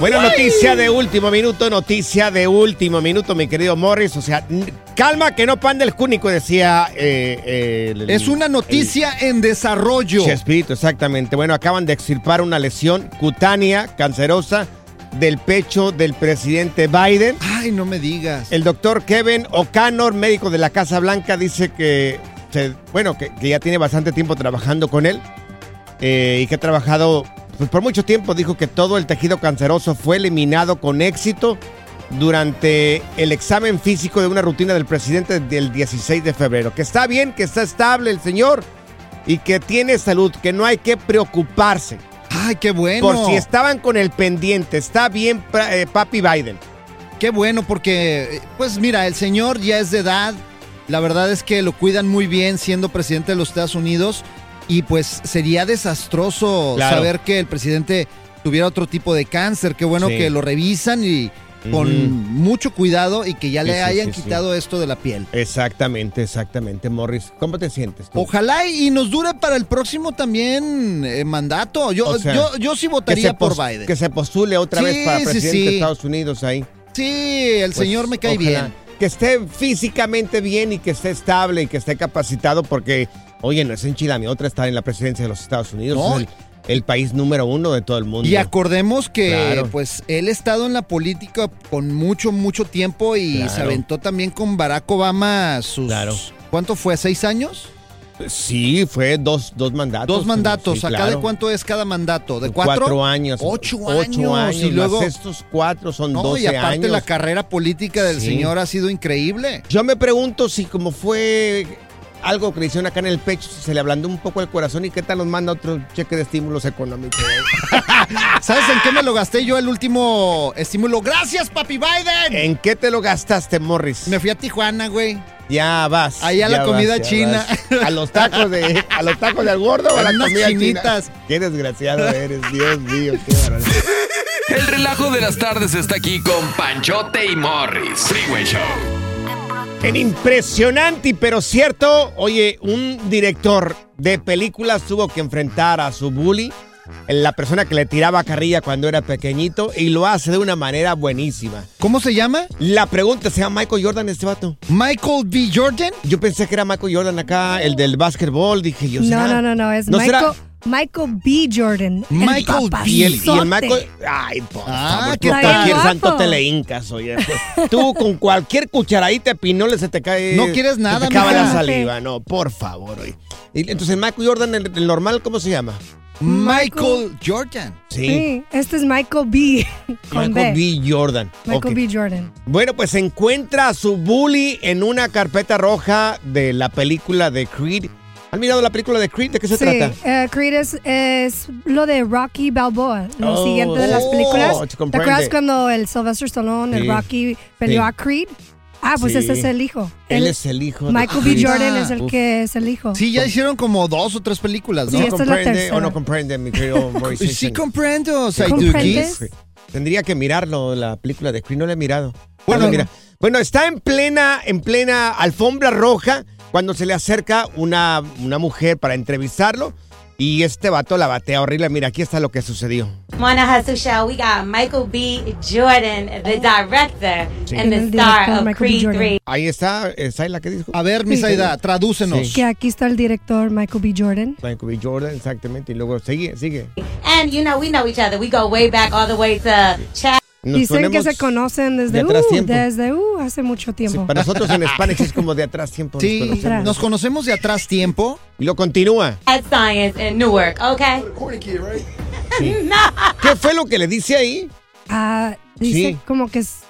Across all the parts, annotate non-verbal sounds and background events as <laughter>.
Bueno, noticia de último minuto, noticia de último minuto, mi querido Morris. O sea, n- calma que no panda el cúnico, decía. eh, el- Es una noticia en desarrollo. Sí, espíritu, exactamente. Bueno, acaban de extirpar una lesión cutánea, cancerosa, del pecho del presidente Biden. Ay, no me digas. El doctor Kevin O'Connor, médico de la Casa Blanca, dice que, se- bueno, que, que ya tiene bastante tiempo trabajando con él eh, y que ha trabajado pues, por mucho tiempo. Dijo que todo el tejido canceroso fue eliminado con éxito durante el examen físico de una rutina del presidente del 16 de febrero. Que está bien, que está estable el señor y que tiene salud, que no hay que preocuparse. Ay, qué bueno. Por si estaban con el pendiente, está bien pra- eh, papi Biden. Qué bueno porque, eh, pues mira, el señor ya es de edad. La verdad es que lo cuidan muy bien siendo presidente de los Estados Unidos. Y pues sería desastroso Claro. saber que el presidente tuviera otro tipo de cáncer. Qué bueno Sí. que lo revisan y con Ujú. mucho cuidado y que ya Sí, le sí, hayan sí, sí. quitado esto de la piel. Exactamente, exactamente, Morris. ¿Cómo te sientes? tú? Ojalá y nos dure para el próximo también eh, mandato. Yo, O sea, yo, yo sí Que votaría se, por pos- Biden. que se postule otra Sí, vez para sí, presidente sí. de Estados Unidos ahí. Sí, el Pues, señor me cae ojalá. bien. Que esté físicamente bien y que esté estable y que esté capacitado porque, oye, no es en Chile, mi otra está en la presidencia de los Estados Unidos. No. Es el, el país número uno de todo el mundo. Y acordemos que Claro. pues él ha estado en la política con mucho, mucho tiempo y Claro. se aventó también con Barack Obama sus... Claro. ¿Cuánto fue? ¿Seis años? sí, fue dos, dos mandatos. Dos mandatos. Sí, ¿Acá claro. Pues de cuánto es cada mandato? ¿De cuatro? años. Ocho, años. Y luego... más estos cuatro son No, 12 y aparte años. la carrera pues, política del Sí. señor ha sido increíble. Yo me pregunto si como fue algo que le hicieron acá en el pecho, si se le ablandó un poco el corazón y qué tal nos manda otro cheque de estímulos económicos. <laughs> ¿Sabes en qué me lo gasté yo el último estímulo? ¡Gracias, papi Biden! ¿En qué te lo gastaste, Morris? Me fui a Tijuana, güey. Ya vas. Ahí a la ya comida ya china. vas. A los tacos de, a los tacos del gordo o a la Unas comida chinitas. china. Qué desgraciado eres, Dios mío, qué barbaridad. <laughs> El relajo de las tardes está aquí con Panchote y Morris. Freeway Show. En impresionante, pero cierto, oye, un director de películas tuvo que enfrentar a su bully, la persona que le tiraba carrilla cuando era pequeñito, y lo hace de una manera buenísima. ¿Cómo se llama? La pregunta, ¿se llama Michael Jordan este vato? Michael B. Jordan. Yo pensé que era Michael Jordan acá, el del básquetbol, dije yo. No, ¿será? no, no, no. Es ¿No será? Michael, Michael B. Jordan. el Michael B. Y el, y el papazote. Michael. Ay, por Ah, favor, ¿qué tú tal? cualquier Guapo. santo te le hincas, oye. pues. Tú con cualquier cucharadita de pinole se te cae. No quieres se nada, Te acaba mija. la saliva, no, por favor, oye. Y Entonces, el Michael Jordan, el, el normal, ¿cómo se llama? Michael Jordan. Sí, este es Michael B. Con Michael B. B. Jordan. Michael Ok. B. Jordan. Bueno, pues encuentra a su bully en una carpeta roja de la película de Creed. ¿Han mirado la película de Creed? ¿De qué se sí, trata? eh, Creed es, es lo de Rocky Balboa, lo Oh, siguiente de las oh, películas. se ¿Te comprende. acuerdas cuando el Sylvester Stallone, Sí, el Rocky, peleó sí. a Creed? Ah, pues Sí. ese es el hijo. Él El- es el hijo de Michael B. Creed. Jordan es el Uf. que es el hijo. Sí, ya hicieron como dos o tres películas, ¿no? Sí, ¿No esta es la comprende o tercera. no comprende, mi querido <laughs> Sí, Moisés? comprendo, ¿Comprendes? Saiduki. Tendría que mirarlo, la película de Creed. No la he mirado. Bueno. Bueno, mira. Bueno, está en plena, en plena alfombra roja cuando se le acerca una, una mujer para entrevistarlo y este vato la batea horrible. Mira, aquí está lo que sucedió. Moana Hustle Show, we got Michael B. Jordan, Oh. the director and El the director star of Michael B. Creed Jordan. 3. Ahí está, está la que dijo. A ver, mi Saida, tradúcenos. Que aquí está el director Michael B. Jordan. Michael B. Jordan, exactamente. Y luego sigue, sigue. And you know, we know each other. We go way back all the way to Chad. Nos Dicen que ponemos se conocen desde, de atrás uh, tiempo. desde uh, hace mucho Sí, tiempo. para nosotros en Spanish es como de atrás tiempo. nos Sí, conocemos. Atrás. nos conocemos de atrás tiempo. Y lo continúa. At Science in Newark, okay? <laughs> ¿Qué fue lo que le dice ahí? Ah, dice Sí. como que s-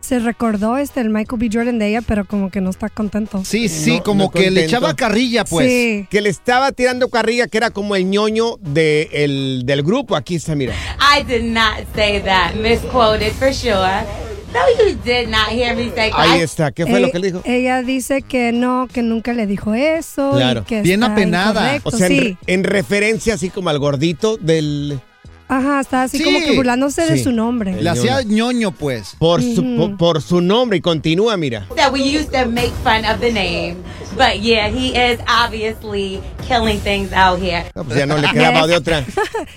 se recordó este el Michael B. Jordan de ella, pero como que no está contento. Sí, sí, No, como no que le contento. echaba carrilla, pues. Sí. Que le estaba tirando carrilla, que era como el ñoño de el- del grupo. Aquí está, mira. I did not say that. Misquoted for sure. No, you did not hear me say Ahí that. está. ¿Qué fue Eh, lo que le dijo? Ella dice que no, que nunca le dijo eso. Claro. Y que Bien está apenada. incorrecto, O sea, en, sí. re- en referencia así como al gordito del... Ajá, está así Sí. como que burlándose de Sí. su nombre. Le hacía ñoño, pues. Por su, po- por su nombre y continúa, mira. That we used to make fun of the name. But yeah, he is obviously killing things out here. No, pues ya no le quedaba de otra.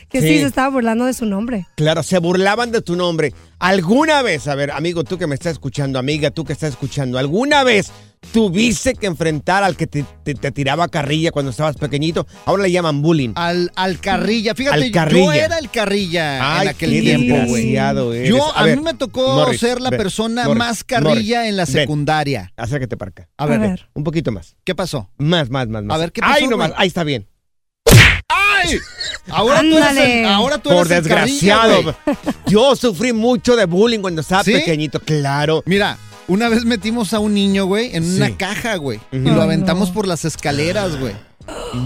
que sí. sí. se estaba burlando de su nombre. Claro, se burlaban de tu nombre. ¿Alguna vez, a ver, amigo, tú que me estás escuchando, amiga, tú que estás escuchando, ¿alguna vez tuviste que enfrentar al que te, te- te tiraba carrilla cuando estabas pequeñito? Ahora le llaman bullying. Al, al carrilla. Fíjate, Al carrilla. yo era el carrilla Ah, en aquel qué tiempo, güey. desgraciado eres. Yo, a, ver, mí me tocó Morris, ser la ven, persona Morris, más carrilla Morris, en la ven, secundaria. acércate para acá. A ver, A ver. Un poquito más. ¿qué pasó? Más, más, más, más. A ver, ¿qué Ahí pasó, nomás, güey? ahí está bien. ¡Ay! Ahora tú eres Ándale. el, ahora tú Por eres el carrilla, desgraciado. güey. Yo sufrí mucho de bullying cuando estaba ¿Sí? pequeñito, claro. Mira, una vez metimos a un niño, güey, en Sí. una caja, güey. Y Ay, lo aventamos no. por las escaleras, güey.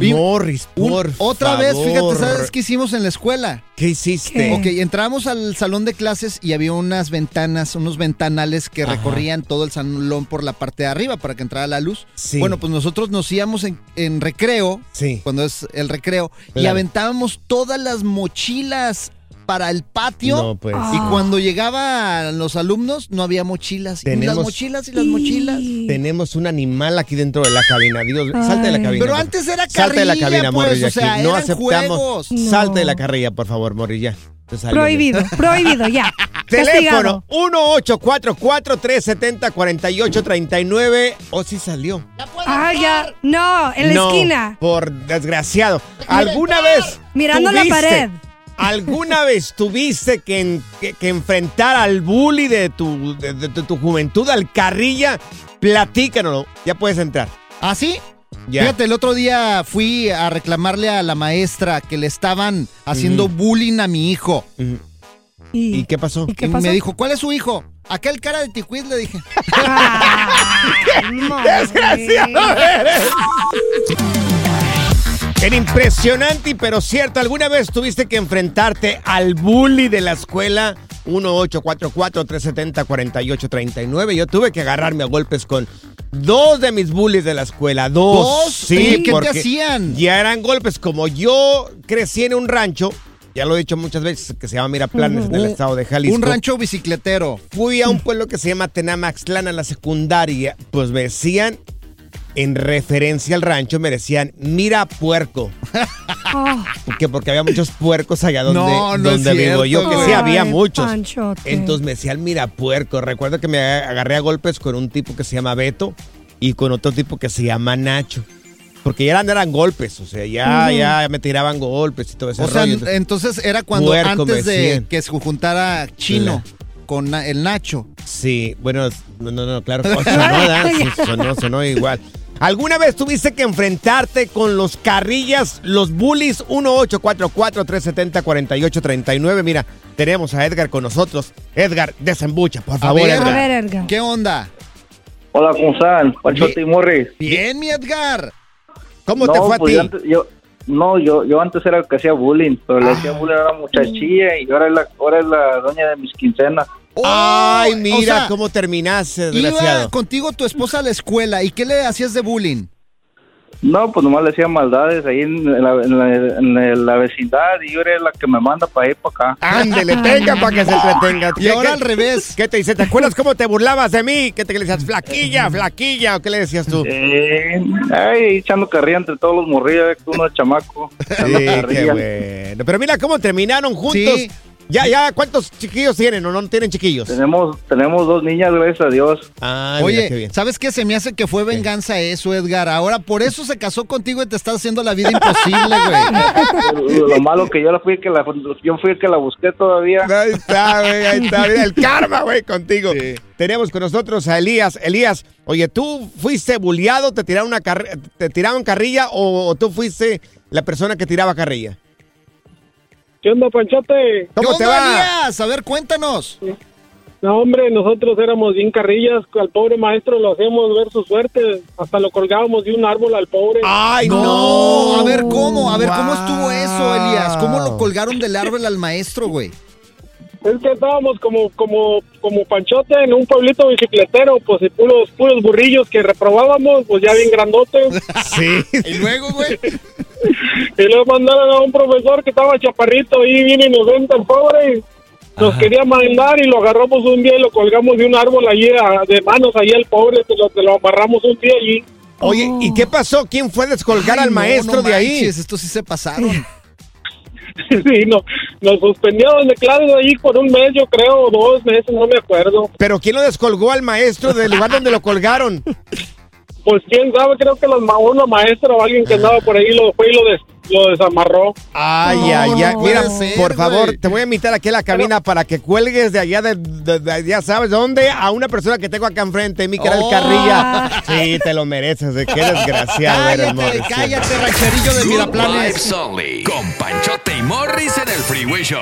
Y Morris, un- por otra vez, fíjate, favor. ¿sabes qué hicimos en la escuela? ¿Qué hiciste? Ok, entramos al salón de clases y había unas ventanas, unos ventanales que recorrían todo el salón por la parte de arriba para que entrara la luz. Sí. Bueno, pues nosotros nos íbamos en, en recreo, Sí. cuando es el recreo, y Claro. aventábamos todas las mochilas para el patio. No, pues. Y Ah. cuando llegaban los alumnos, no había mochilas. Y Tenemos- las mochilas y las mochilas. Y- Tenemos un animal aquí dentro de la cabina. Dios, salte de la Ay. cabina. Pero por- antes era Salte de la carrilla, cabina, pues, Morris. o aquí. sea, no eran aceptamos. juegos. No. Salte de la carrilla, por favor, Morris, ya. Te salió. Prohibido, prohibido, <laughs> ya. Teléfono Castigado. 1844-370-4839. O si Oh, salió. Ah, ya. No, en la No, esquina. Por desgraciado. ¿Alguna vez. Mirando la <laughs> tuviste- pared. ¿Alguna vez tuviste que, en- que- que enfrentar al bully de tu, de- de- de tu juventud, al carrilla? Platícanoslo. Ya puedes entrar. ¿Ah, sí? Ya. Fíjate, el otro día fui a reclamarle a la maestra que le estaban haciendo bullying a mi hijo. Ujú. ¿Y, ¿Y qué pasó? ¿Y qué y pasó? me dijo, ¿cuál es su hijo? Aquel cara de ticuiz, le <laughs> dije. ¡Desgraciado! En impresionante, y pero cierto, ¿alguna vez tuviste que enfrentarte al bully de la escuela? 1844-370-4839. Yo tuve que agarrarme a golpes con dos de mis bullies de la escuela. Dos. ¿Dos? ¿Y Sí, qué te porque hacían? Ya eran golpes. Como yo crecí en un rancho, ya lo he dicho muchas veces, que se llama Miraplanes en el Un- estado de Jalisco. Un rancho bicicletero. Fui a un pueblo que se llama Tenamaxtlán a la secundaria. Pues me decían, en referencia al rancho, me decían, mira <laughs> puerco. Oh. que porque había muchos puercos allá donde, No, no es donde vivo cierto, yo, que sí güey. había Ay, muchos. Panchote. Entonces me decían, mira, puerco. Recuerdo que me agarré a golpes con un tipo que se llama Beto y con otro tipo que se llama Nacho. Porque ya eran, eran golpes, o sea, ya, ya me tiraban golpes y todo ese O sea, rollo. entonces era cuando Puerco, me antes de decían. que se juntara Chino con na- el Nacho. <laughs> Sí, bueno, no, no, no, claro. o sonó, ¿verdad? Sí, sonó, sonó igual. ¿Alguna vez tuviste que enfrentarte con los carrillas, los bullies 1844-370-4839? Mira, tenemos a Edgar con nosotros. Edgar, desembucha, por favor. Edgar. ¿Qué onda? Hola, ¿cómo están? Panchote y Morris. Bien, mi Edgar. ¿Cómo te fue a ti? Yo antes- yo, no, yo, yo antes era el que hacía bullying, pero le Ah. hacía bullying a la muchachilla y ahora es la, ahora es la doña de mis quincenas. Ay, mira Oh, o sea, cómo terminaste, Iba desgraciado. contigo tu esposa a la escuela y ¿qué le hacías de bullying? No, pues nomás le hacía maldades ahí en la, en la- en la vecindad y yo era la que me manda para ir para acá. Ándele, tenga <laughs> para que se entretenga. Y ahora al revés. ¿Qué te dice? ¿Te acuerdas cómo te burlabas de mí? ¿Qué te le decías? Flaquilla, flaquilla. ¿O qué le decías tú? Eh, ay, echando carrilla entre todos los morrillos, eh, que uno es chamaco. echando Sí, qué carrilla. bueno. Pero mira cómo terminaron juntos. Sí. Ya, ya, ¿cuántos chiquillos tienen o no tienen chiquillos? Tenemos, tenemos dos niñas, gracias a Dios. Ah, mira, qué Oye, bien. ¿sabes qué? Se me hace que fue venganza eso, Edgar. Ahora por eso se casó contigo y te está haciendo la <laughs> vida imposible, güey. Lo lo malo que yo la fui que la, yo fui el que la busqué todavía. Ahí está, güey, ahí está. Mira, el karma, güey, contigo. Tenemos con nosotros a Elías. Elías, oye, ¿tú fuiste bulleado, te tiraron, una carri- te tiraron carrilla o, o tú fuiste la persona que tiraba carrilla? ¿Qué onda, Panchote? ¿Cómo ¿Qué te onda, va? Elías? A ver, cuéntanos. No, hombre, nosotros éramos bien carrillas. Al pobre maestro lo hacíamos ver su suerte. Hasta lo colgábamos de un árbol al pobre. ¡Ay, no! A ver, ¿cómo? A ver, ¿cómo Wow. estuvo eso, Elías? ¿Cómo lo colgaron del árbol al maestro, güey? Es que estábamos como, como, como Panchote en un pueblito bicicletero, pues y puros, puros burrillos que reprobábamos, pues ya bien grandotes. <laughs> Sí. Y luego, güey. <laughs> y luego mandaron a un profesor que estaba chaparrito ahí, bien inocente, el pobre. y Nos quería mandar y lo agarramos un día y lo colgamos de un árbol allí a- de manos ahí al pobre, se lo, se lo amarramos un día allí. Oye, ¿y qué pasó? ¿Quién fue a descolgar Ay, <laughs> al no, maestro no de ahí? manches, Estos sí se pasaron. <laughs> Sí, no, nos suspendieron de clases ahí por un mes, yo creo, o dos meses, no me acuerdo. ¿Pero quién lo descolgó al maestro del lugar donde lo colgaron? Pues quién sabe, creo que los, ma- una maestra o alguien que andaba por ahí lo fue y lo, des- lo desamarró. Ay, No, ay, ay. no Mira, puede ser, por favor, güey. te voy a invitar aquí a la cabina para que cuelgues de allá, de, de- de- ya sabes dónde, a una persona que tengo acá enfrente, mi canal Oh. Carrilla. Sí, te lo mereces. eh, Qué desgraciado eres, cállate, Morris. cállate, rancherillo de Good Miraplanes. vibes only. Con Panchote y Morris en el Freeway Show.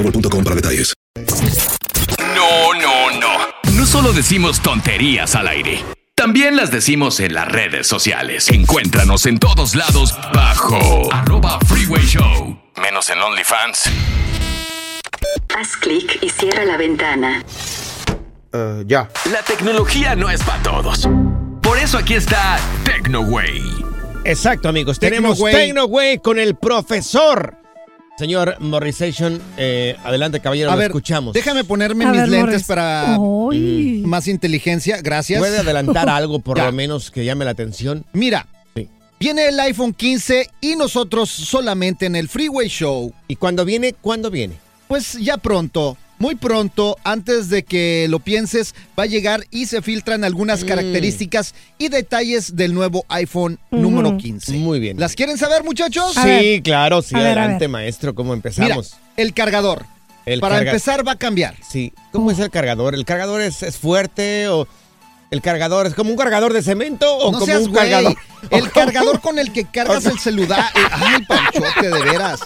para detalles. No, no, no. No solo decimos tonterías al aire. También las decimos en las redes sociales. Encuéntranos en todos lados bajo arroba Freeway Show. Menos en OnlyFans. Haz clic y cierra la ventana. Eh, ya. La tecnología no es para todos. Por eso aquí está TecnoWay. Exacto, amigos. Tecno Tenemos Güey. Tecno Güey con el profesor. Señor Morrisation, eh, adelante, caballero, A lo ver, escuchamos. déjame ponerme A mis ver, lentes Morris. para Ay. mm, más inteligencia. Gracias. ¿Puede <laughs> adelantar algo, por Ya. lo menos, que llame la atención? Mira, Sí. viene el iPhone 15 y nosotros solamente en el Freeway Show. ¿Y cuando viene? ¿Cuándo viene? Pues ya pronto. Muy pronto, antes de que lo pienses, va a llegar y se filtran Mm. algunas características y detalles del nuevo iPhone número 15. Muy bien. ¿Las quieren saber, muchachos? sí, claro, sí. adelante, maestro, ¿cómo empezamos? Mira, el cargador. El Para carga- empezar, va a cambiar. Sí. ¿Cómo es el cargador? ¿El cargador es, es fuerte o el cargador es como un cargador de cemento o no como seas un güey. cargador? El cargador con el que cargas el <laughs> celular. Ay, panchote, de veras.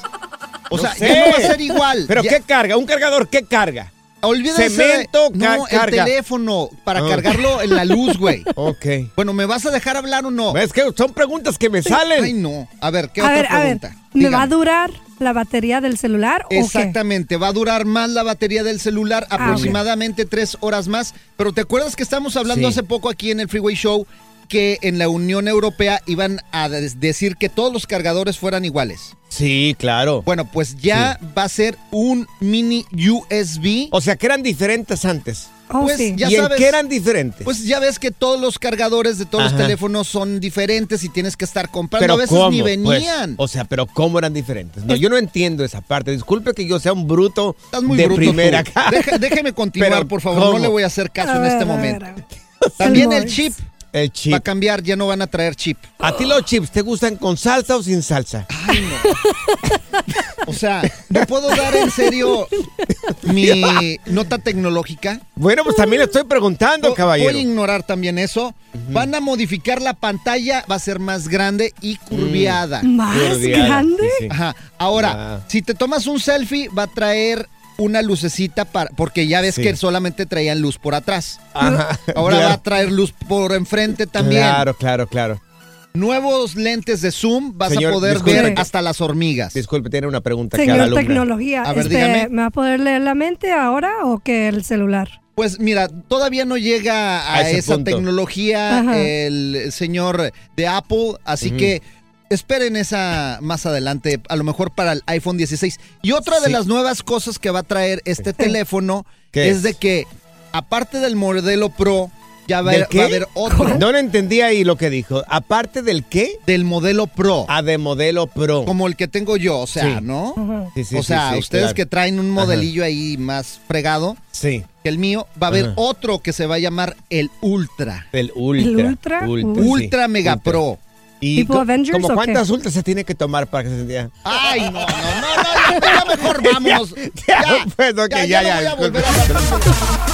O No sea, sé. ya no va a ser igual. ¿Pero Ya- qué carga? ¿Un cargador qué carga? Olvídense Cemento, de- ca- no, carga. el teléfono para Ah. cargarlo en la luz, güey. <laughs> Ok. Bueno, ¿me vas a dejar hablar o no? Es que son preguntas que me salen. Ay, no. A ver, ¿qué a otra ver, a ver, pregunta? ¿me Dígame. va a durar la batería del celular o Ah, Exactamente, va a durar más la batería del celular, ok. aproximadamente tres horas más. Pero ¿te acuerdas que estamos hablando Sí. hace poco aquí en el Freeway Show que en la Unión Europea iban a des- decir que todos los cargadores fueran iguales? Sí, claro. Bueno, pues ya va a ser un mini USB. O sea, que eran diferentes antes. Oh, pues sí. ya ¿Y en sabes. qué eran diferentes? Pues ya ves que todos los cargadores de todos Ajá. los teléfonos son diferentes y tienes que estar comprando. a veces ni pues? venían. o sea, pero ¿cómo eran diferentes? No, yo no entiendo esa parte. Disculpe que yo sea un bruto Estás muy de bruto tú. primera acá. Deja- déjeme continuar, Pero, por favor. ¿cómo? No le voy a hacer caso A en ver, este a ver, momento. a ver. También El el Morris. chip El va a chip. cambiar, ya no van a traer chip. ¿A ti los chips te gustan con salsa o sin salsa? O sea, no puedo dar en <laughs> serio <laughs> mi nota tecnológica. Bueno, pues también le estoy preguntando, Voy- caballero. Voy a ignorar también eso. Van a modificar la pantalla, va a ser más grande y curviada. ¿Más Mm. Curviada, grande? sí, sí. Ajá. Ahora, Ah. si te tomas un selfie, va a traer una lucecita para. Porque ya ves Sí. que solamente traían luz por atrás. Ajá. Ahora Claro. va a traer luz por enfrente también. Claro, claro, claro. Nuevos lentes de zoom, vas Señor, a poder disculpe. ver hasta las hormigas. Disculpe, tiene una pregunta cada Señor alumna. tecnología, A ver, este, dígame. ¿me va a poder leer la mente ahora o que el celular? Pues mira, todavía no llega a, A ese esa punto. tecnología Ajá. el señor de Apple, así que esperen esa más adelante, a lo mejor para el iPhone 16. Y otra de Sí. las nuevas cosas que va a traer <laughs> este teléfono ¿Qué es, es? de que aparte del modelo Pro, ya va, a- ¿Del va qué? a haber otro No lo entendí ahí lo que dijo. Aparte del qué, del modelo Pro, a de modelo pro. como el que tengo yo, o sea, Sí. ¿no? Ajá. Sí, sí, o sí, sea, sí, ustedes claro. que traen un Ajá. modelillo ahí más fregado Sí, que el mío, va a haber Ajá. otro que se va a llamar el Ultra. del ultra. ¿El ultra? Ultra, sí, Ultra Mega ultra. Pro. ¿Y ¿Tipo co- Avengers o como qué? cuántas ultras se tiene que tomar para que se sienta? Ay, no, no, no, no, no, ya mejor vámonos. <laughs> Ya, pues, ok, ya, no ya, voy a disculpe. volver a hablar.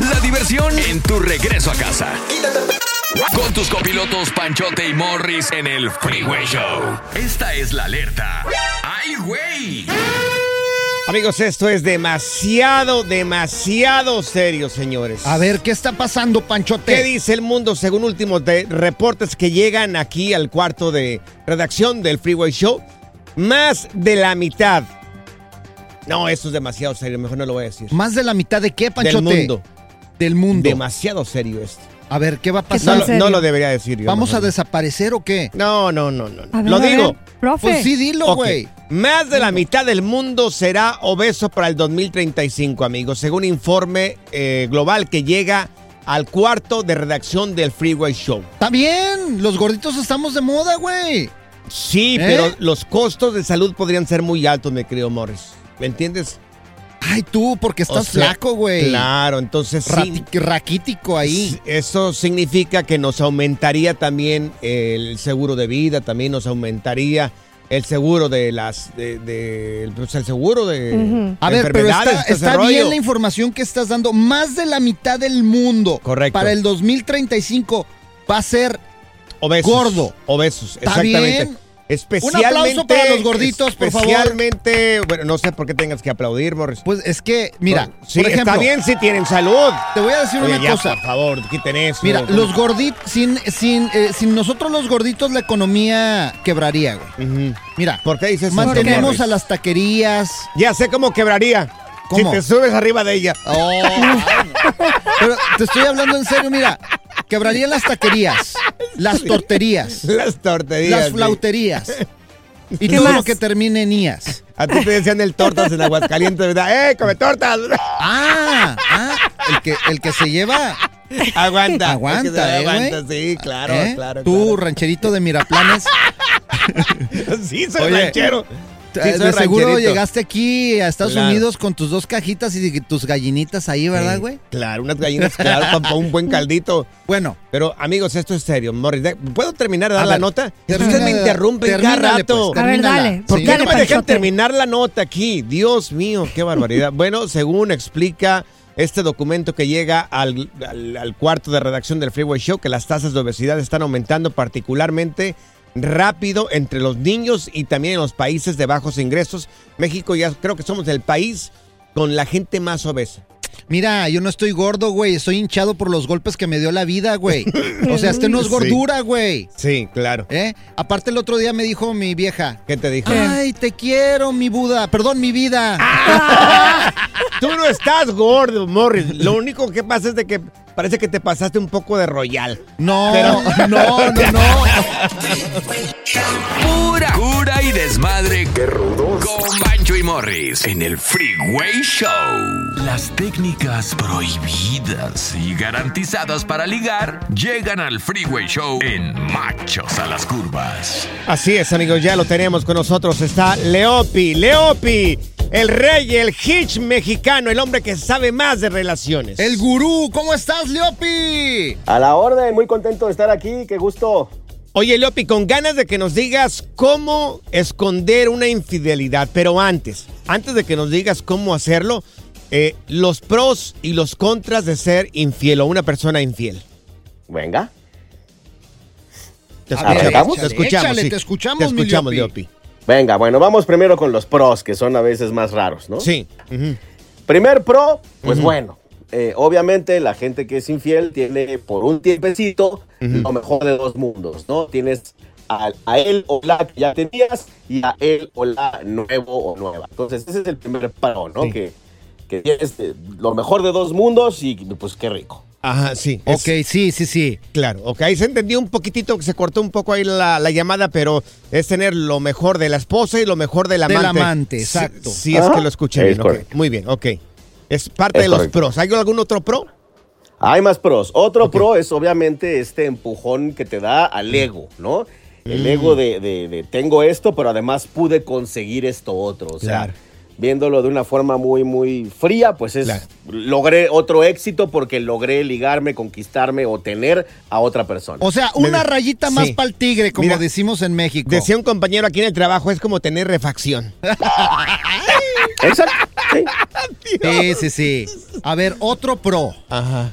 La diversión en tu regreso a casa. Con tus copilotos Panchote y Morris en el Freeway Show. Esta es la alerta. ¡Ay, güey! Amigos, esto es demasiado, demasiado serio, señores. A ver, ¿qué está pasando, Panchote? ¿Qué dice el mundo según últimos de- reportes que llegan aquí al cuarto de redacción del Freeway Show? Más de la mitad. No, eso es demasiado serio, mejor no lo voy a decir. Más de la mitad de qué, Panchote? Del mundo. Del mundo. Demasiado serio esto. A ver, ¿qué va a No, pasar? lo- no lo debería decir yo. ¿Vamos a mejor. desaparecer o qué? No, no, no, no. A no. ver, Lo a ver, digo. profe. Pues sí, dilo, Ok. güey. Más de la mitad del mundo será obeso para el 2035, amigos, según informe eh, global que llega al cuarto de redacción del Freeway Show. Está bien, los gorditos estamos de moda, güey. Sí, ¿Eh? pero los costos de salud podrían ser muy altos, me creo, Morris. ¿Me entiendes? Ay, tú, porque estás O sea, flaco, güey. Claro, entonces sí, Rati- Raquítico ahí. s- Eso significa que nos aumentaría también el seguro de vida, también nos aumentaría el seguro de las de, de- pues, el seguro de Ujú. A ver, pero enfermedades, está, todo ese está bien rollo. la información que estás dando. Más de la mitad del mundo. Correcto. Para el 2035 va a ser Obesos. Gordo. Obesos, ¿Está exactamente. bien? Especialmente, aplauso para los gorditos, por favor. Especialmente, bueno, no sé por qué tengas que aplaudir, Morris. Pues es que, mira, Sí, por ejemplo, está bien si tienen salud. te voy a decir Oye, una ya, cosa. por favor, quiten eso. Mira, los gorditos, sin, sin, eh, sin nosotros los gorditos, la economía quebraría, güey. Ujú. Mira, ¿Por qué dices eso, mantenemos Morris? a las taquerías. Ya sé cómo quebraría. ¿Cómo? Si te subes arriba de <laughs> ella. Oh, ay, no. pero te estoy hablando en serio, mira. Quebrarían las taquerías, las torterías, Las torterías. las sí. <laughs> flauterías y ¿Qué todo lo más? que termine en ías. A ti te decían el tortas en Aguascalientes, ¿verdad? ¡Eh, come tortas! <laughs> Ah, ah, el que, el que se lleva. aguanta. Aguanta, Es que se eh, aguanta, güey. sí, claro, ¿eh? claro. Tú, rancherito de Miraplanes. claro. <laughs> Sí, soy Oye, ranchero. Te- Sí, soy de seguro rancherito. llegaste aquí a Estados Claro. Unidos con tus dos cajitas y tus gallinitas ahí, ¿verdad, Sí, güey? Claro, unas gallinas, claro, para, un <laughs> buen caldito. Bueno. Pero, amigos, esto es serio. Morris, de- ¿puedo terminar de A dar la ver, nota? termina Usted me de- interrumpe cada termínale, rato. pues, A ver, termínala. dale, ¿Por sí. qué dale, no me dejan Panchote. terminar la nota aquí? Dios mío, qué <laughs> barbaridad. bueno, según explica este documento que llega al, al- al cuarto de redacción del Freeway Show, que las tasas de obesidad están aumentando particularmente rápido entre los niños y también en los países de bajos ingresos. México ya creo que somos el país con la gente más obesa. Mira, yo no estoy gordo, güey. Estoy hinchado por los golpes que me dio la vida, güey. O sea, este no es <laughs> Sí. gordura, güey. Sí, claro. ¿Eh? Aparte, el otro día me dijo mi vieja. ¿Qué te dijo? Ah, Ay, te quiero, mi Buda. Perdón, mi vida. Tú no estás gordo, Morris. Lo único que pasa es de que parece que te pasaste un poco de royal. No, no, no, <laughs> Pura cura y desmadre. Qué rudos. Con Bancho y Morris en el Freeway Show. Las técnicas prohibidas y garantizadas para ligar llegan al Freeway Show en Machos a las Curvas. <laughs> Así es, amigos, ya lo tenemos con nosotros. Está Leopi, Leopi, el rey, el hitch mexicano, el hombre que sabe más de relaciones. El gurú, ¿cómo estás, Leopi? A la orden, muy contento de estar aquí, qué gusto. Oye, Leopi, con ganas de que nos digas cómo esconder una infidelidad, pero antes, antes de que nos digas cómo hacerlo, eh, los pros y los contras de ser infiel o una persona infiel. Venga. ¿Te A ver, ¿escuchamos? escuchamos? Te escuchamos, Échale, sí. te escuchamos, Te mi escuchamos, Leopi. Leopi. Venga, bueno, vamos primero con los pros, que son a veces más raros, ¿no? Sí. Primer pro, pues bueno, eh, obviamente la gente que es infiel tiene por un tiempecito lo mejor de dos mundos, ¿no? Tienes al- a, él o la que ya tenías y a él o la nuevo o nueva. Entonces, ese es el primer pro, ¿no? Que, que tienes eh, lo mejor de dos mundos y pues qué rico. Ajá, sí. Ok, sí, sí, sí. Claro, ok. Ahí se entendió un poquitito, se cortó un poco ahí la, la llamada, pero es tener lo mejor de la esposa y lo mejor del Del amante. amante, Si- exacto. Si, es Ajá. que lo escuché Ah, Es bien, ok. correcto. Muy bien, ok. Es parte Es de los correcto. pros. ¿Hay algún otro pro? Hay más pros. Otro pro es obviamente este empujón que te da Mm. al ego, ¿no? El ego de, de- de tengo esto, pero además pude conseguir esto otro. O sea, Claro. viéndolo de una forma muy, muy fría, pues es logré otro éxito porque logré ligarme, conquistarme o tener a otra persona. O sea, una rayita más Sí. para el tigre, como Mira, decimos en México. Decía un compañero aquí en el trabajo, es como <laughs> tener refacción. Sí, sí, sí. A ver, otro pro. Ajá.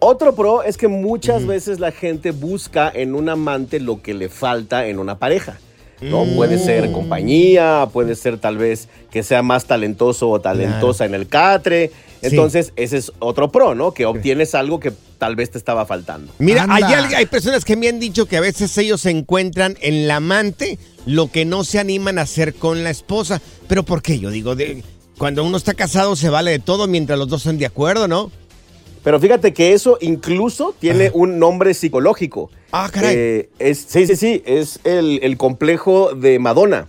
Otro pro es que muchas veces la gente busca en un amante lo que le falta en una pareja. No puede Mm. ser compañía, puede ser tal vez que sea más talentoso o talentosa en el catre. Entonces, ese es otro pro, ¿no? Que obtienes algo que tal vez te estaba faltando. Mira, hay, al- hay personas que me han dicho que a veces ellos encuentran en la amante lo que no se animan a hacer con la esposa. Pero ¿por qué? Yo digo, de- cuando uno está casado se vale de todo mientras los dos estén de acuerdo, ¿no? Pero fíjate que eso incluso tiene un nombre psicológico. Ah, caray. Eh, es, sí, sí, sí, es el, el complejo de Madonna.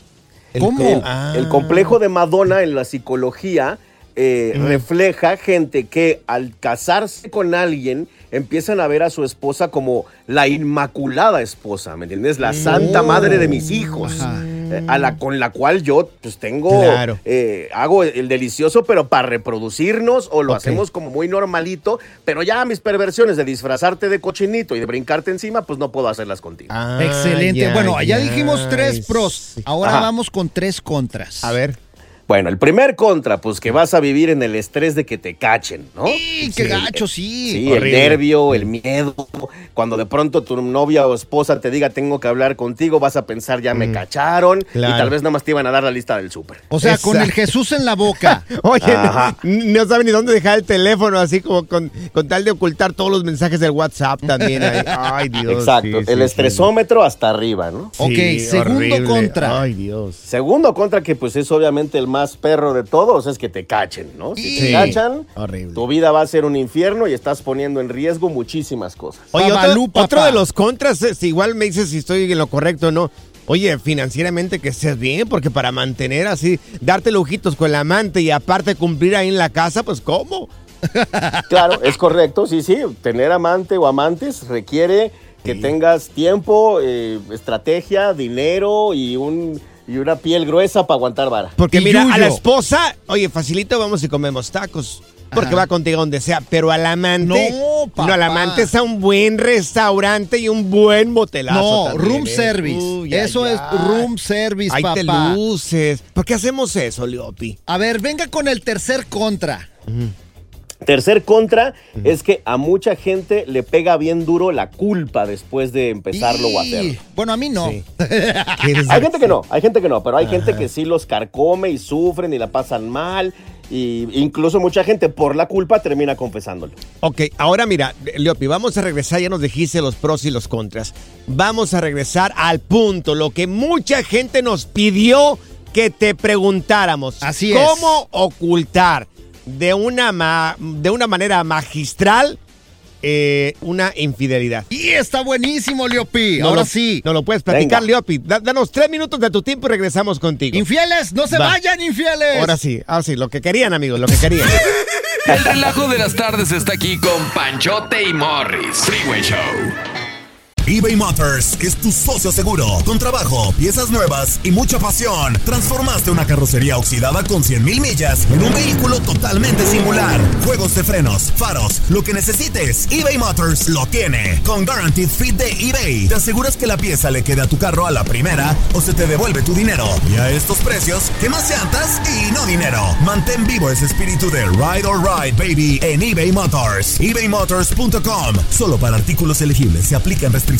¿Cómo? El, Ah. el complejo de Madonna en la psicología eh, refleja gente que al casarse con alguien empiezan a ver a su esposa como la inmaculada esposa, ¿me entiendes? La Oh. santa madre de mis hijos. eh, A la, con la cual yo pues tengo, Claro. eh, hago el delicioso, pero para reproducirnos o lo Ok. hacemos como muy normalito, pero ya mis perversiones de disfrazarte de cochinito y de brincarte encima, pues no puedo hacerlas contigo. Excelente. bueno, ya, dijimos tres pros. Ahora Ajá. vamos con tres contras. A ver. Bueno, el primer contra, pues que vas a vivir en el estrés de que te cachen, ¿no? Sí, qué gacho, sí. Sí, el nervio, el miedo. Cuando de pronto tu novia o esposa te diga tengo que hablar contigo, vas a pensar ya me cacharon Claro. y tal vez nada más te iban a dar la lista del súper. O sea, con el Jesús en la boca. <laughs> Oye, Ajá. no sabe ni dónde dejar el teléfono, así como con, con tal de ocultar todos los mensajes del WhatsApp también. <laughs> ahí. Ay, Dios. Exacto, sí, sí, el sí. estresómetro hasta arriba, ¿no? Ok, Sí, segundo horrible. contra. Ay, Dios. Segundo contra que pues es obviamente el más perro de todos, es que te cachen, ¿no? Si te Sí. cachan, Horrible. tu vida va a ser un infierno y estás poniendo en riesgo muchísimas cosas. Oye, otro, otro de los contras, es, igual me dices si estoy en lo correcto o no. Oye, financieramente que estés bien, porque para mantener así, darte lujitos con el amante y aparte cumplir ahí en la casa, pues ¿cómo? Claro, es correcto, sí, sí. Tener amante o amantes requiere que tengas tiempo, eh, estrategia, dinero y un y una piel gruesa para aguantar vara. Porque Y mira, a yuyo. la esposa, oye, facilito, vamos y comemos tacos. Porque va contigo donde sea, pero al amante. No, papá. al amante es a un buen restaurante y un buen motelazo. No, también, room ¿eh? service. Uy, ay, Eso ay. es room service, Ahí te papá. luces. ¿Por qué hacemos e-? eso, Leopi? A ver, venga con el tercer contra. Tercer contra es que a mucha gente le pega bien duro la culpa después de empezarlo o hacerlo. Bueno, a mí no. <laughs> Hay gente que no, hay gente que no, pero hay gente que sí los carcome y sufren y la pasan mal. Y incluso mucha gente por la culpa termina confesándolo. Ok, ahora mira, Leopi, vamos a regresar, ya nos dijiste los pros y los contras. Vamos a regresar al punto, lo que mucha gente nos pidió que te preguntáramos. Así es. ¿Cómo ocultar de una, ma- de una manera magistral eh, una infidelidad? Y está buenísimo, Leopi. Ahora sí. No lo puedes platicar, Venga. Leopi. Da- danos tres minutos de tu tiempo y regresamos contigo. Infieles, no se Va. vayan, pues. infieles. Ahora sí, ahora sí, lo que querían, amigos, lo que querían. <laughs> El relajo de las tardes está aquí con Panchote y Morris. Freeway Show. eBay Motors es tu socio seguro. Con trabajo, piezas nuevas y mucha pasión, transformaste una carrocería oxidada con 100.000 millas en un vehículo totalmente singular. Juegos de frenos, faros, lo que necesites, eBay Motors lo tiene. Con Guaranteed Fit de eBay, te aseguras que la pieza le quede a tu carro a la primera o se te devuelve tu dinero. Y a estos precios, ¿qué más llantas y no dinero? Mantén vivo ese espíritu de Ride or Ride, baby, en eBay Motors. ebaymotors.com. Solo para artículos elegibles se aplican restricciones.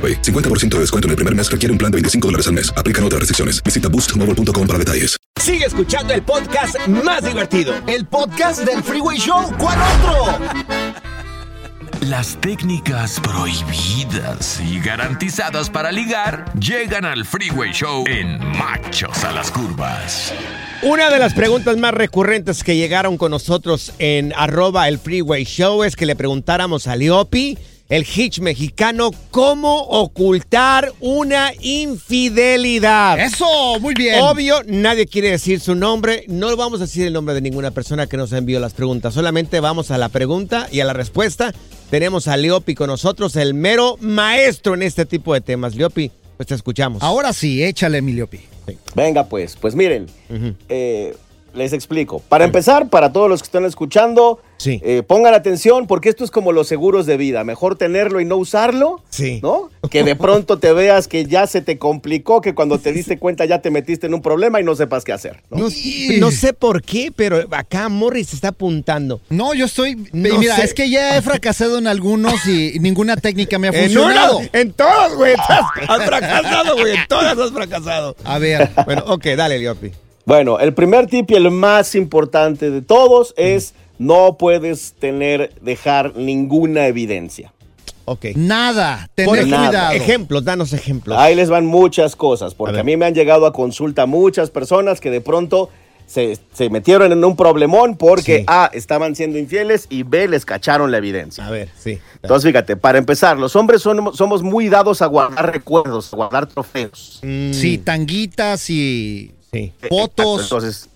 50% de descuento en el primer mes requiere un plan de 25 dólares al mes. Aplican otras restricciones. Visita boostmobile.com para detalles. Sigue escuchando el podcast más divertido. El podcast del Freeway Show. ¿Cuál otro? Las técnicas prohibidas y garantizadas para ligar llegan al Freeway Show en Machos a las Curvas. Una de las preguntas más recurrentes que llegaron con nosotros en arroba el Freeway Show es que le preguntáramos a Leopi, el hitch mexicano, cómo ocultar una infidelidad. Eso, muy bien. Obvio, nadie quiere decir su nombre. No vamos a decir el nombre de ninguna persona que nos envió las preguntas. Solamente vamos a la pregunta y a la respuesta. Tenemos a Leopi con nosotros, el mero maestro en este tipo de temas. Leopi, pues te escuchamos. Ahora sí, échale, mi Leopi. Venga, pues, pues miren, eh, les explico. Para empezar, para todos los que están escuchando, eh, pongan atención porque esto es como los seguros de vida. Mejor tenerlo y no usarlo, ¿no? Que de pronto te veas que ya se te complicó, que cuando te diste cuenta ya te metiste en un problema y no sepas qué hacer. ¿no? No, no sé por qué, pero acá Morris está apuntando. No, yo estoy. No Y mira, sé. es que ya he fracasado en algunos y ninguna técnica me ha <laughs> En funcionado. uno, en todos, güey. Estás- Has fracasado, güey. En todas has fracasado. A ver. Bueno, ok, dale, Leopi. Bueno, el primer tip y el más importante de todos es no puedes tener, dejar ninguna evidencia. Ok. Nada. Por Tener ejemplo, cuidado. Ejemplos, danos ejemplos. Ahí les van muchas cosas, porque a, mí me han llegado a consulta muchas personas que de pronto se, se metieron en un problemón porque A, estaban siendo infieles y B, les cacharon la evidencia. A ver, sí. Entonces, fíjate, para empezar, los hombres son- somos muy dados a guardar recuerdos, a guardar trofeos. Mm. Sí, tanguitas y Fotos. Entonces,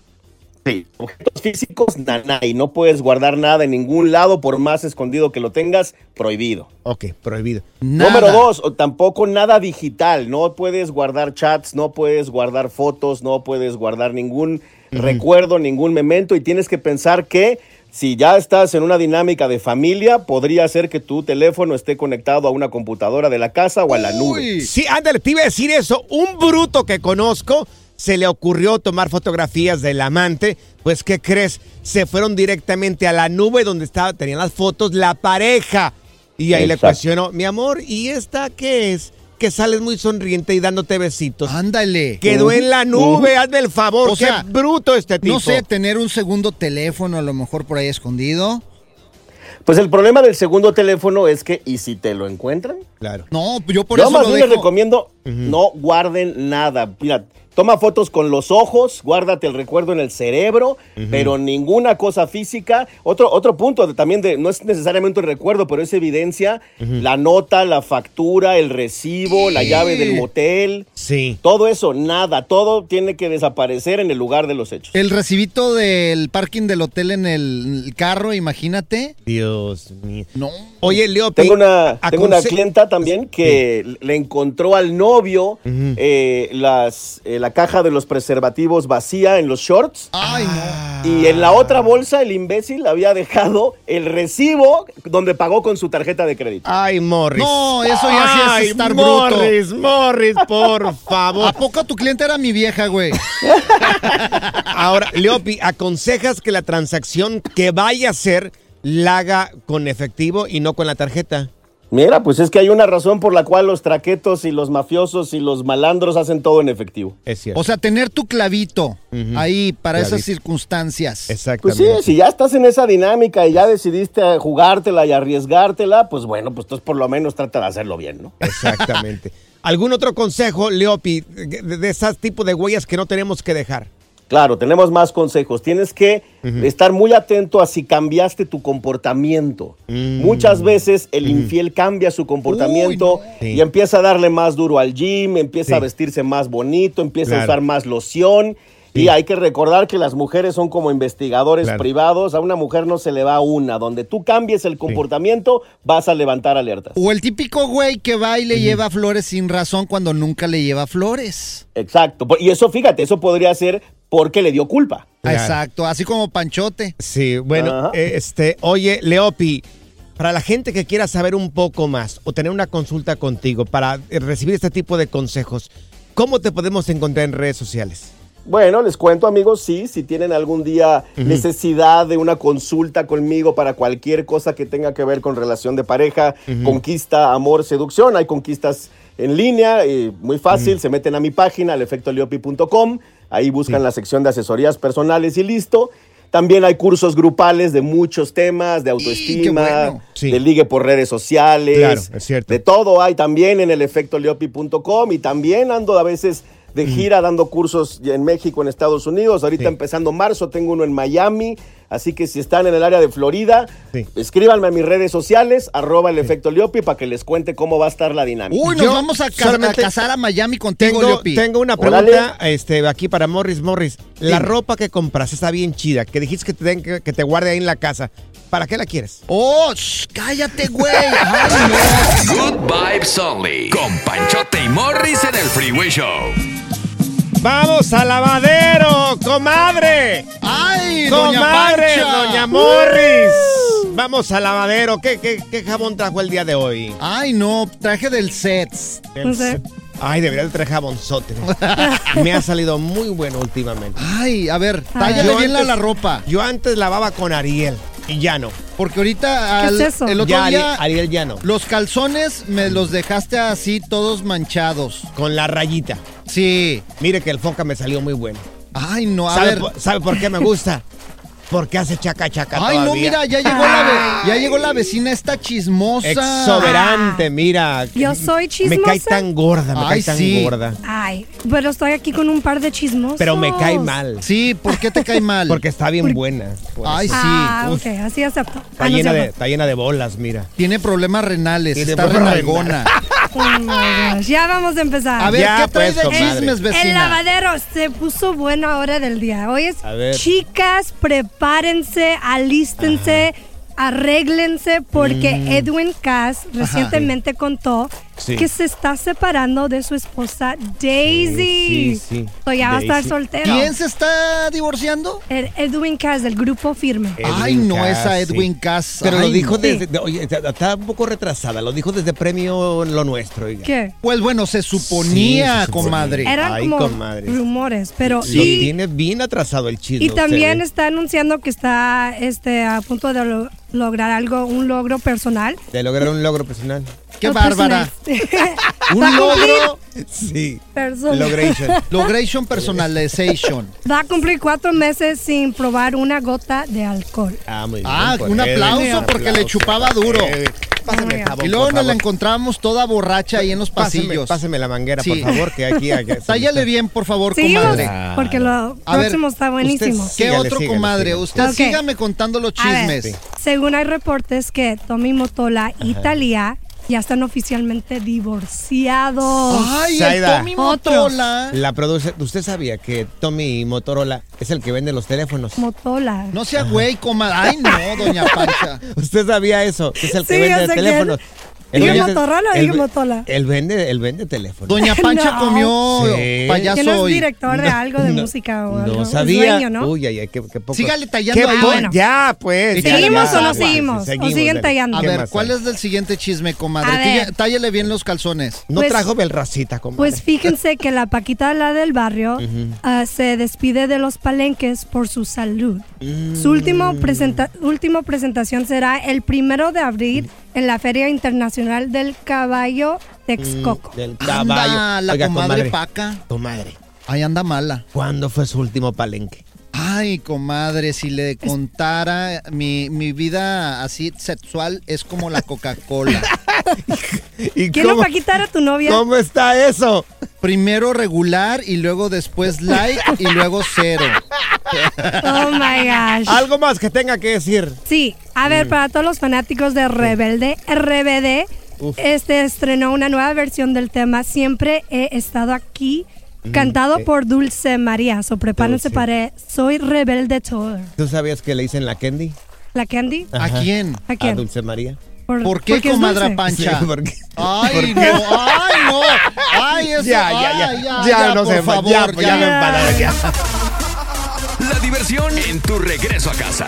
sí, objetos físicos, nada, y no puedes guardar nada en ningún lado, por más escondido que lo tengas, prohibido. Ok, prohibido. Número dos, o tampoco nada digital. No puedes guardar chats, no puedes guardar fotos, no puedes guardar ningún Mm. recuerdo, ningún memento. Y tienes que pensar que si ya estás en una dinámica de familia, podría ser que tu teléfono esté conectado a una computadora de la casa o a la nube. Sí, ándale, te iba a decir eso. Un bruto que conozco se le ocurrió tomar fotografías del amante, pues ¿qué crees? Se fueron directamente a la nube donde estaba, tenían las fotos la pareja. Y ahí le Exacto. cuestionó, mi amor, ¿y esta qué es? Que sales muy sonriente y dándote besitos. Ándale. Quedó en la nube, Ujú. hazme el favor. O qué sea, bruto este tipo. No sé, tener un segundo teléfono a lo mejor por ahí escondido. Pues el problema del segundo teléfono es que, ¿y si te lo encuentran? Claro. No, yo por yo eso más lo bien les dejo. recomiendo no guarden nada. Mira, toma fotos con los ojos, guárdate el recuerdo en el cerebro, pero ninguna cosa física. Otro, otro punto de- también de, no es necesariamente un recuerdo, pero es evidencia, la nota, la factura, el recibo, la llave del motel. Sí. Todo eso, nada, todo tiene que desaparecer en el lugar de los hechos. El recibito del parking del hotel en el, en el carro, imagínate. Dios mío. No. Oye, Leo, Tengo una, a- tengo una aconse- clienta también que le encontró al novio eh, las, eh, la caja de los preservativos vacía en los shorts. Y en la otra bolsa el imbécil había dejado el recibo donde pagó con su tarjeta de crédito. Ay, Morris. No, eso ya sí es Ay, estar bruto. Morris, Morris, por favor. ¿A poco tu cliente era mi vieja, güey? <laughs> Ahora, Leopi, ¿aconsejas que la transacción que vaya a hacer la haga con efectivo y no con la tarjeta? Mira, pues es que hay una razón por la cual los traquetos y los mafiosos y los malandros hacen todo en efectivo. Es cierto. O sea, tener tu clavito ahí para esas Clavito. circunstancias. Pues sí, si ya estás en esa dinámica y ya decidiste jugártela y arriesgártela, pues bueno, pues entonces por lo menos trata de hacerlo bien, ¿no? <laughs> Exactamente. ¿Algún otro consejo, Leopi, de, de esas tipos de huellas que no tenemos que dejar? Claro, tenemos más consejos. Tienes que estar muy atento a si cambiaste tu comportamiento. Mm. Muchas veces el infiel cambia su comportamiento y empieza a darle más duro al gym, empieza a vestirse más bonito, empieza Claro. a usar más loción. Y hay que recordar que las mujeres son como investigadores Claro. privados. A una mujer no se le va una. Donde tú cambies el comportamiento, vas a levantar alertas. O el típico güey que va y le lleva flores sin razón cuando nunca le lleva flores. Exacto. Y eso, fíjate, eso podría ser porque le dio culpa. Exacto, así como Panchote. Sí, bueno, Ajá. eh, este, oye, Leopi, para la gente que quiera saber un poco más o tener una consulta contigo para eh, recibir este tipo de consejos, ¿cómo te podemos encontrar en redes sociales? Bueno, les cuento amigos, sí, si tienen algún día Ujú. necesidad de una consulta conmigo para cualquier cosa que tenga que ver con relación de pareja, Ujú. conquista, amor, seducción, hay conquistas en línea, y muy fácil, se meten a mi página, alefectoliopi.com, ahí buscan la sección de asesorías personales y listo. También hay cursos grupales de muchos temas, de autoestima, bueno. Sí. de ligue por redes sociales, Claro, es cierto. de todo hay también en el efectoleopi.com y también ando a veces de gira dando cursos en México, en Estados Unidos. Ahorita empezando marzo tengo uno en Miami. Así que si están en el área de Florida, escríbanme a mis redes sociales, arroba el efecto Leopi, para que les cuente cómo va a estar la dinámica. Uy, nos vamos a, ca- a solamente casar a Miami contigo, Tengo, Leopi. tengo una Órale. pregunta este, aquí para Morris Morris. La ropa que compras está bien chida, que dijiste que te, den- que, que te guarde ahí en la casa. ¿Para qué la quieres? ¡Oh! sh- ¡Cállate, güey! Good vibes only. Con Panchote y Morris en el Freeway Show. ¡Vamos al lavadero, comadre! ¡Ay, doña ¡Comadre, Pancha! doña Morris! Vamos al lavadero. ¿Qué, qué, qué jabón trajo el día de hoy? Ay, no, traje del sets. El set. Ay, debería de <laughs> traer jabonzote. Me ha salido muy bueno últimamente. Ay, a ver, Ah. tállale Yo bien la, antes- la ropa. Yo antes lavaba con Ariel y ya no. Porque ahorita al- el otro Ya, Ariel- día Ariel ya no. los calzones me los dejaste así todos manchados. Con la rayita. Sí. Mire que el foca me salió muy bueno. Ay, no, a ¿Sabe, ver. por, sabe por qué me gusta? Porque hace chaca chaca Ay, no, todavía. mira, ya llegó la, ve- ya llegó la vecina esta chismosa. Exoberante, mira. Yo soy Me cae chismosa. tan gorda, me Ay, cae tan sí. gorda. Ay, pero estoy aquí con un par de chismosos. Pero me cae mal. Sí, ¿por qué te cae mal? <laughs> Porque está bien buena. por Ay, eso. sí. Ah, Uf, ok, así acepto. Está, Ah, no, llena sí, de, está llena de bolas, mira. Tiene problemas renales, Tiene está problemas renalgona. Oh my gosh, Ya vamos a empezar. A ver, Ya, ¿qué trae pues, de comadre. chismes, El vecina? lavadero se puso buena hora del día. Hoy es A ver. chicas, prepárense, alístense, arréglense, porque Edwin Cass recientemente contó Mm. Sí. que se está separando de su esposa Daisy. Sí, sí. So, ya va a estar Daisy. soltero. ¿Quién se está divorciando? El Edwin Cass, del grupo firme. <laughs> Ay, Edwin no, Cass, esa sí. Edwin Cass. Pero ay, lo dijo no. desde. de- oye, está- está un poco retrasada. Lo dijo desde premio Lo Nuestro. oiga. ¿Qué? Pues bueno, se Sí, suponía, se suponía. comadre. Eran Ay, como comadre. rumores, pero... Lo y- tiene bien atrasado el chisme. Y usted, también ¿eh? está anunciando que está este, a punto de lo- lograr algo, un logro personal. ¿eh? De lograr un logro personal. ¡Qué No, bárbara! <laughs> personal. Va a Un cumplir- logro. Sí. Personal. Logration. Logration personalization. Va a cumplir cuatro meses sin probar una gota de alcohol. Ah, muy bien. Ah, por un él. aplauso porque le chupaba duro. Eh, Pásame el jabón, Y luego por nos la favor. encontramos toda borracha ahí en los Páseme- pasillos. Pásame la manguera, Sí. por favor, que aquí... aquí <laughs> Tállale bien, por favor, Seguimos, comadre. porque lo A ver, próximo está buenísimo. ¿Qué Sígale, otro sígale, comadre? sígale. Usted Ok. sígame contando los A ver. chismes. Según hay reportes que Tommy Motola y Ajá. Thalía ya están oficialmente divorciados. Ay, el Zaida. Tommy Otro. Motola. La produce... ¿Usted sabía que Tommy Motorola es el que vende los teléfonos? Motola. No sea güey, comadre. Ay, <laughs> no, doña Pancha. ¿Usted sabía eso? Que es el que Sí, yo vende sé que teléfonos. él- Él ¿Dije vende- Motorola o él dije ve- Motola? Él vende, él vende teléfonos. Doña <laughs> Pancha No. comió Sí. payaso Que no es hoy. director de algo de música o algo. No es sabía. dueño, ¿no? Uy, ay, ay, qué, qué poco. Sígale tallando ¿Qué ahí. po- bueno. Ya, pues. ya, ¿Seguimos ya, o no ya, seguimos? sí, ¿O siguen dale. tallando? A ¿Qué ver, más ¿cuál hay? es del siguiente chisme, comadre? A ver. Talla- Tállale bien los calzones. No Pues- trajo Belracita, comadre. Pues fíjense que la Paquita, la del barrio, ah, se despide de los palenques por su salud. Mm. Su último presenta- último presentación será el primero de abril en la Feria Internacional del Caballo Mm. Texcoco. Del caballo. Anda, la Oiga, comadre paca. Comadre, Ay, anda mala. ¿cuándo fue su último palenque? Ay, comadre, si le contara mi, mi vida así sexual es como la Coca-Cola. <laughs> ¿Y ¿Quién no Paquita era tu novia? ¿Cómo está eso? Primero regular y luego después light y luego cero. Oh my gosh. Algo más que tenga que decir. Sí, a Mm. ver, para todos los fanáticos de Rebelde, RBD, Uf. este estrenó una nueva versión del tema Siempre he estado aquí, cantado eh. por Dulce María. So, prepárense Dulce. para Soy Rebelde Tour. ¿Tú sabías que le dicen la Candy? ¿La Candy? Ajá. ¿A quién? ¿A quién? A Dulce María. ¿Por qué, porque es comadra dulce. pancha? Sí, porque- Ay, no, ay, no. Ay, eso, Ya, ya, ya. ay, Ya, no por se va, favor, ya, pues, ya me empalaron, ya. La diversión en tu regreso a casa.